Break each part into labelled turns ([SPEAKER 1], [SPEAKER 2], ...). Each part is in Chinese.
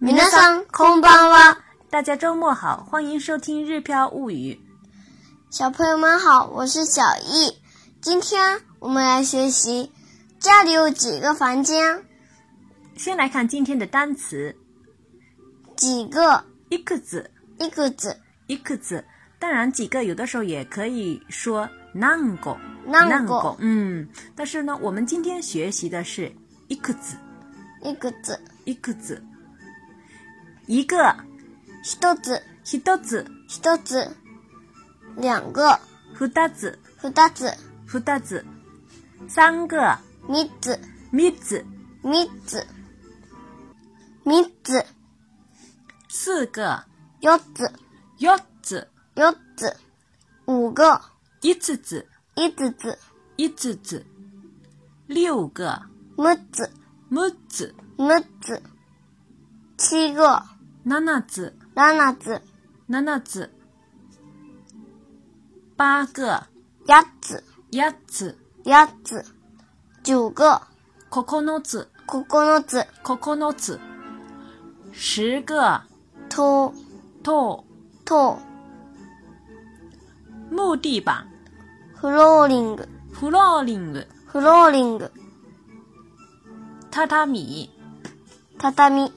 [SPEAKER 1] 皆さんこんばんは。
[SPEAKER 2] 大家周末好，欢迎收听《日飘物语
[SPEAKER 1] 小朋友们好，我是小易。今天我们来学习家里有几个房间？》。
[SPEAKER 2] 先来看今天的单词，
[SPEAKER 1] 几个？
[SPEAKER 2] いくつ、
[SPEAKER 1] 一个字。
[SPEAKER 2] いくつ。当然，几个有的时候也可以说何個、
[SPEAKER 1] 何個
[SPEAKER 2] 個。嗯，但是呢，我们今天学习的是いくつ、
[SPEAKER 1] 一个字。
[SPEAKER 2] いくつ。一个、
[SPEAKER 1] 一つ。
[SPEAKER 2] 一つ、
[SPEAKER 1] 一つ。两个。
[SPEAKER 2] 二つ、
[SPEAKER 1] 二つ。
[SPEAKER 2] 二つ。三个、
[SPEAKER 1] 三つ。
[SPEAKER 2] 三つ。
[SPEAKER 1] 三つ。三つ。
[SPEAKER 2] 四个、
[SPEAKER 1] 四つ。
[SPEAKER 2] 四つ。
[SPEAKER 1] 四つ。五个。
[SPEAKER 2] 五つ、
[SPEAKER 1] 五つ。
[SPEAKER 2] 五つ。六个、
[SPEAKER 1] 六つ。
[SPEAKER 2] 六つ。
[SPEAKER 1] 六つ。七个。
[SPEAKER 2] 七つ、
[SPEAKER 1] 七つ。
[SPEAKER 2] 七つ。八个、
[SPEAKER 1] 八つ。
[SPEAKER 2] 八つ、
[SPEAKER 1] 八つ。九个。
[SPEAKER 2] 九つ、
[SPEAKER 1] 九つ。
[SPEAKER 2] 九つ。十个、
[SPEAKER 1] と、
[SPEAKER 2] と、
[SPEAKER 1] と、
[SPEAKER 2] 木地板、
[SPEAKER 1] フローリング。
[SPEAKER 2] フローリング、
[SPEAKER 1] フローリング。
[SPEAKER 2] 畳、
[SPEAKER 1] 畳。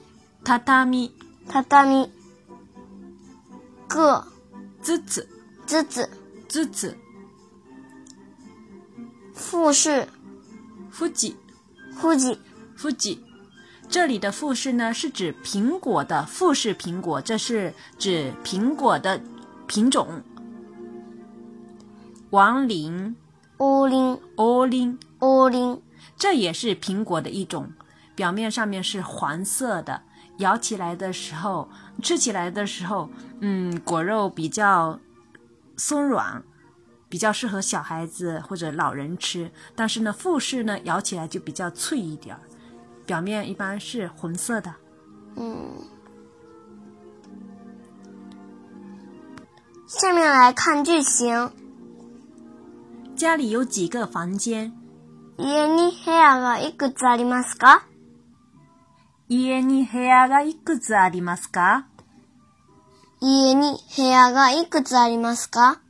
[SPEAKER 2] 畳、
[SPEAKER 1] 畳。个。
[SPEAKER 2] ずつ、
[SPEAKER 1] ずつ。
[SPEAKER 2] ずつ、
[SPEAKER 1] 富士。
[SPEAKER 2] 富士、
[SPEAKER 1] 富士。
[SPEAKER 2] 富士。这里的富士呢，是指苹果的富士苹果，这是指苹果的品种。王林、
[SPEAKER 1] 王林。
[SPEAKER 2] 欧林，
[SPEAKER 1] 王林。
[SPEAKER 2] 这也是苹果的一种，表面上面是黄色的，咬起来的时候，吃起来的时候，嗯，果肉比较松软，比较适合小孩子或者老人吃。但是呢，富士呢，咬起来就比较脆一点儿，表面一般是红色的。
[SPEAKER 1] 下面来看句型。
[SPEAKER 2] 家里有几个房间？
[SPEAKER 1] 家に部屋がいくつありますか
[SPEAKER 2] 家に部屋がいくつあり啊ますか？
[SPEAKER 1] 家に部屋がいくつありますか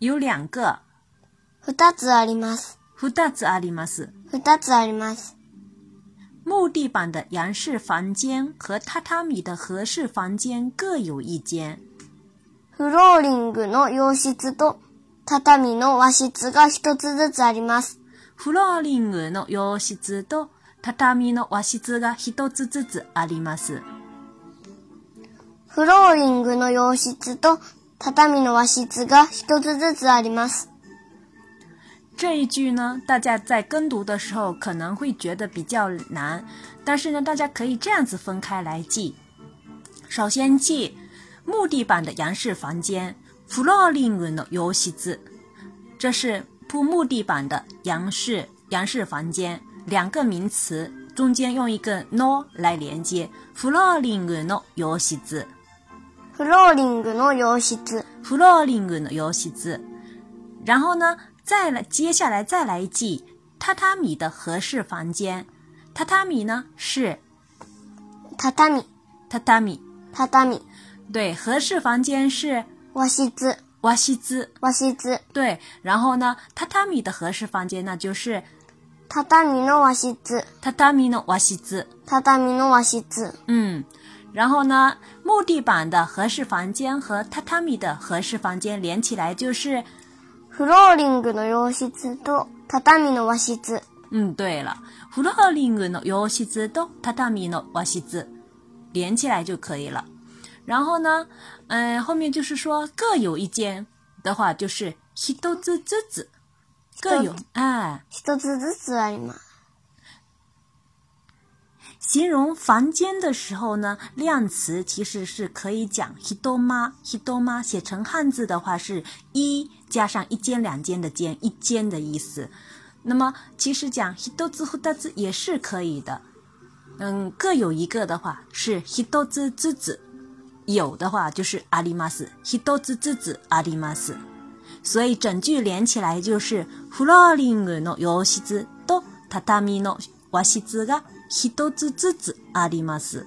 [SPEAKER 2] 有两个，
[SPEAKER 1] 二つあります。
[SPEAKER 2] 二つあります。
[SPEAKER 1] 二つあります。
[SPEAKER 2] 木地板的洋式房间和榻榻米的合适房间各有一间。
[SPEAKER 1] フローリングの洋室と畳の和室が一つずつあります。
[SPEAKER 2] フローリングの洋室と畳の和室が一つずつあります。
[SPEAKER 1] フローリングの洋室と畳の和室が一つずつあります。
[SPEAKER 2] 这一句呢，大家在跟读的时候可能会觉得比较难，但是呢，大家可以这样子分开来记。首先记木地板的洋式房间 （flooring 的洋室），这是铺木地板的洋式洋式房间，两个名词中间用一个 “no” 来连接 （flooring の洋室
[SPEAKER 1] フローリングの洋室。
[SPEAKER 2] ）（flooring の洋室）。然后呢，再来接下来再来记榻榻米的合适房间。榻榻米呢是
[SPEAKER 1] 畳、
[SPEAKER 2] 榻榻米，
[SPEAKER 1] 畳、
[SPEAKER 2] 对，合适房间是
[SPEAKER 1] 和室、
[SPEAKER 2] 和室，
[SPEAKER 1] 和室、
[SPEAKER 2] 对。然后呢，榻榻米的合适房间那就是
[SPEAKER 1] 畳の和室、
[SPEAKER 2] 榻榻米的和室，
[SPEAKER 1] 畳の和室。
[SPEAKER 2] 嗯。然后呢，木地板的合适房间和榻榻米的合适房间连起来就是
[SPEAKER 1] フローリングの洋室と畳の和室。
[SPEAKER 2] 嗯，对了，フローリングの洋室と畳の和室连起来就可以了。然后呢，嗯、后面就是说各有一间的话，就是一つずつ，各有
[SPEAKER 1] 一つ
[SPEAKER 2] 哎，
[SPEAKER 1] 一つずつあります。
[SPEAKER 2] 形容房间的时候呢，量词其实是可以讲 hidoma hidoma，写成汉字的话是一加上一间两间的间，一间的意思。那么其实讲 hidozu hudazu 也是可以的。嗯，各有一个的话是 hidozu 之子，有的话就是 arimas hidozu 之子 arimas。所以整句连起来就是フローリングの洋室と畳の和室が一つずつあります。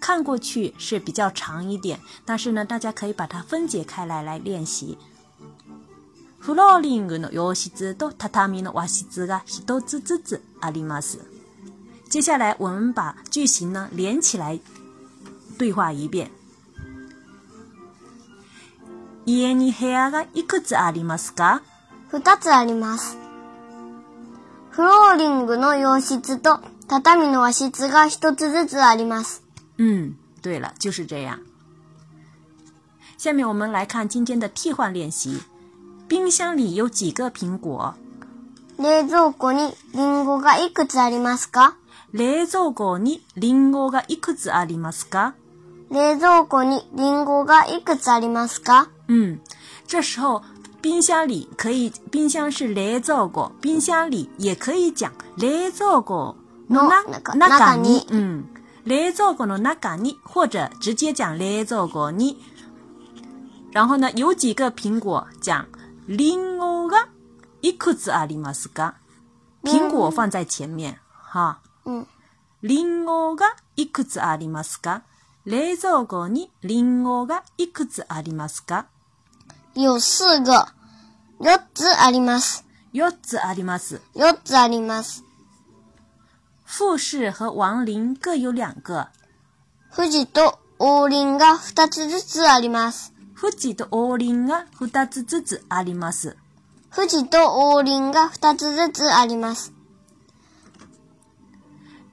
[SPEAKER 2] 看过去是比较长一点，但是呢，大家可以把它分解开来来练习。フローリングの洋室と畳の和室が一つずつあります。接下来我们把句型呢连起来对话一遍。家に部屋がいくつありますか
[SPEAKER 1] 二つあります。フローリングの洋室と畳の和室が一つずつあります。
[SPEAKER 2] 嗯，对了，就是这样。下面我们来看今天的替换练习。冰箱里有几个苹果？
[SPEAKER 1] 冷蔵庫にリンゴがいくつありますか
[SPEAKER 2] 冷蔵庫にリンゴがいくつありますか？
[SPEAKER 1] 冷蔵庫にリンゴがいくつありますか
[SPEAKER 2] 嗯，这时候冰箱里可以，冰箱是冷蔵庫，冰箱里也可以讲冷蔵庫のな
[SPEAKER 1] の中
[SPEAKER 2] 中に
[SPEAKER 1] に，
[SPEAKER 2] 嗯，冷蔵庫の中に，或者直接讲冷蔵庫に。然后呢，有几个苹果讲リンゴがいくつありますか？苹果放在前面，哈。
[SPEAKER 1] うん。
[SPEAKER 2] リンゴがいくつありますか？冷蔵庫にリンゴがいくつありますか？
[SPEAKER 1] 有四个。四つあります。
[SPEAKER 2] 4つあります。
[SPEAKER 1] 四つあります。
[SPEAKER 2] 富士和王林各有两个。
[SPEAKER 1] 富士と王林が二つずつあります。
[SPEAKER 2] 富士と王林が2つずつあります。
[SPEAKER 1] 富士と王林が二つずつあります。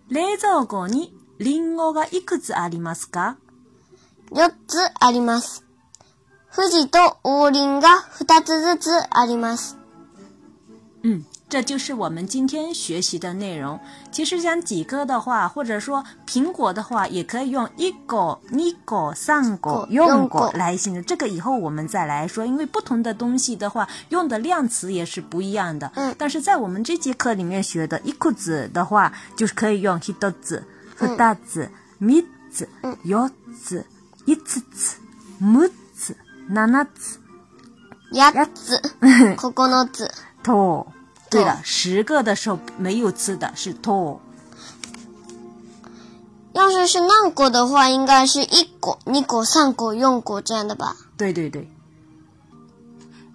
[SPEAKER 2] 冷蔵庫にリンゴがいくつありますか
[SPEAKER 1] 四つあります。富士と王林が二つずつあります。
[SPEAKER 2] 嗯，这就是我们今天学习的内容。其实讲几个的话，或者说苹果的话，也可以用一个、二个、三个、用
[SPEAKER 1] 用
[SPEAKER 2] 过
[SPEAKER 1] 过
[SPEAKER 2] 来形容。这个以后我们再来说，因为不同的东西的话，用的量词也是不一样的。
[SPEAKER 1] 嗯
[SPEAKER 2] 但是在我们这节课里面学的一裤子的话，就是可以用一豆子、二子、三子、四子、一次子、六子、七子。
[SPEAKER 1] 八つ、九つ。
[SPEAKER 2] と。对了
[SPEAKER 1] と，
[SPEAKER 2] 十个的时候没有次的是と。
[SPEAKER 1] 要是是那个的话，应该是一个、二个、三个、四个这样的吧。
[SPEAKER 2] 对对对。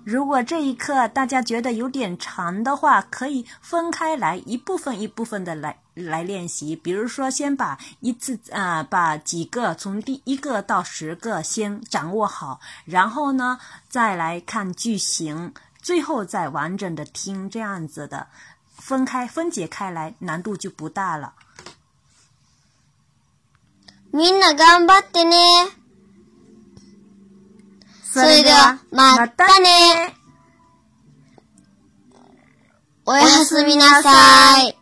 [SPEAKER 2] 如果这一课大家觉得有点长的话，可以分开来，一部分一部分的来来练习。比如说，先把一次啊、把几个从第一个到十个先掌握好，然后呢，再来看句型，最后再完整的听，这样子的分开分解开来，难度就不大了。
[SPEAKER 1] みんな頑張ってね。
[SPEAKER 2] そ
[SPEAKER 1] れではまたねおやすみなさい。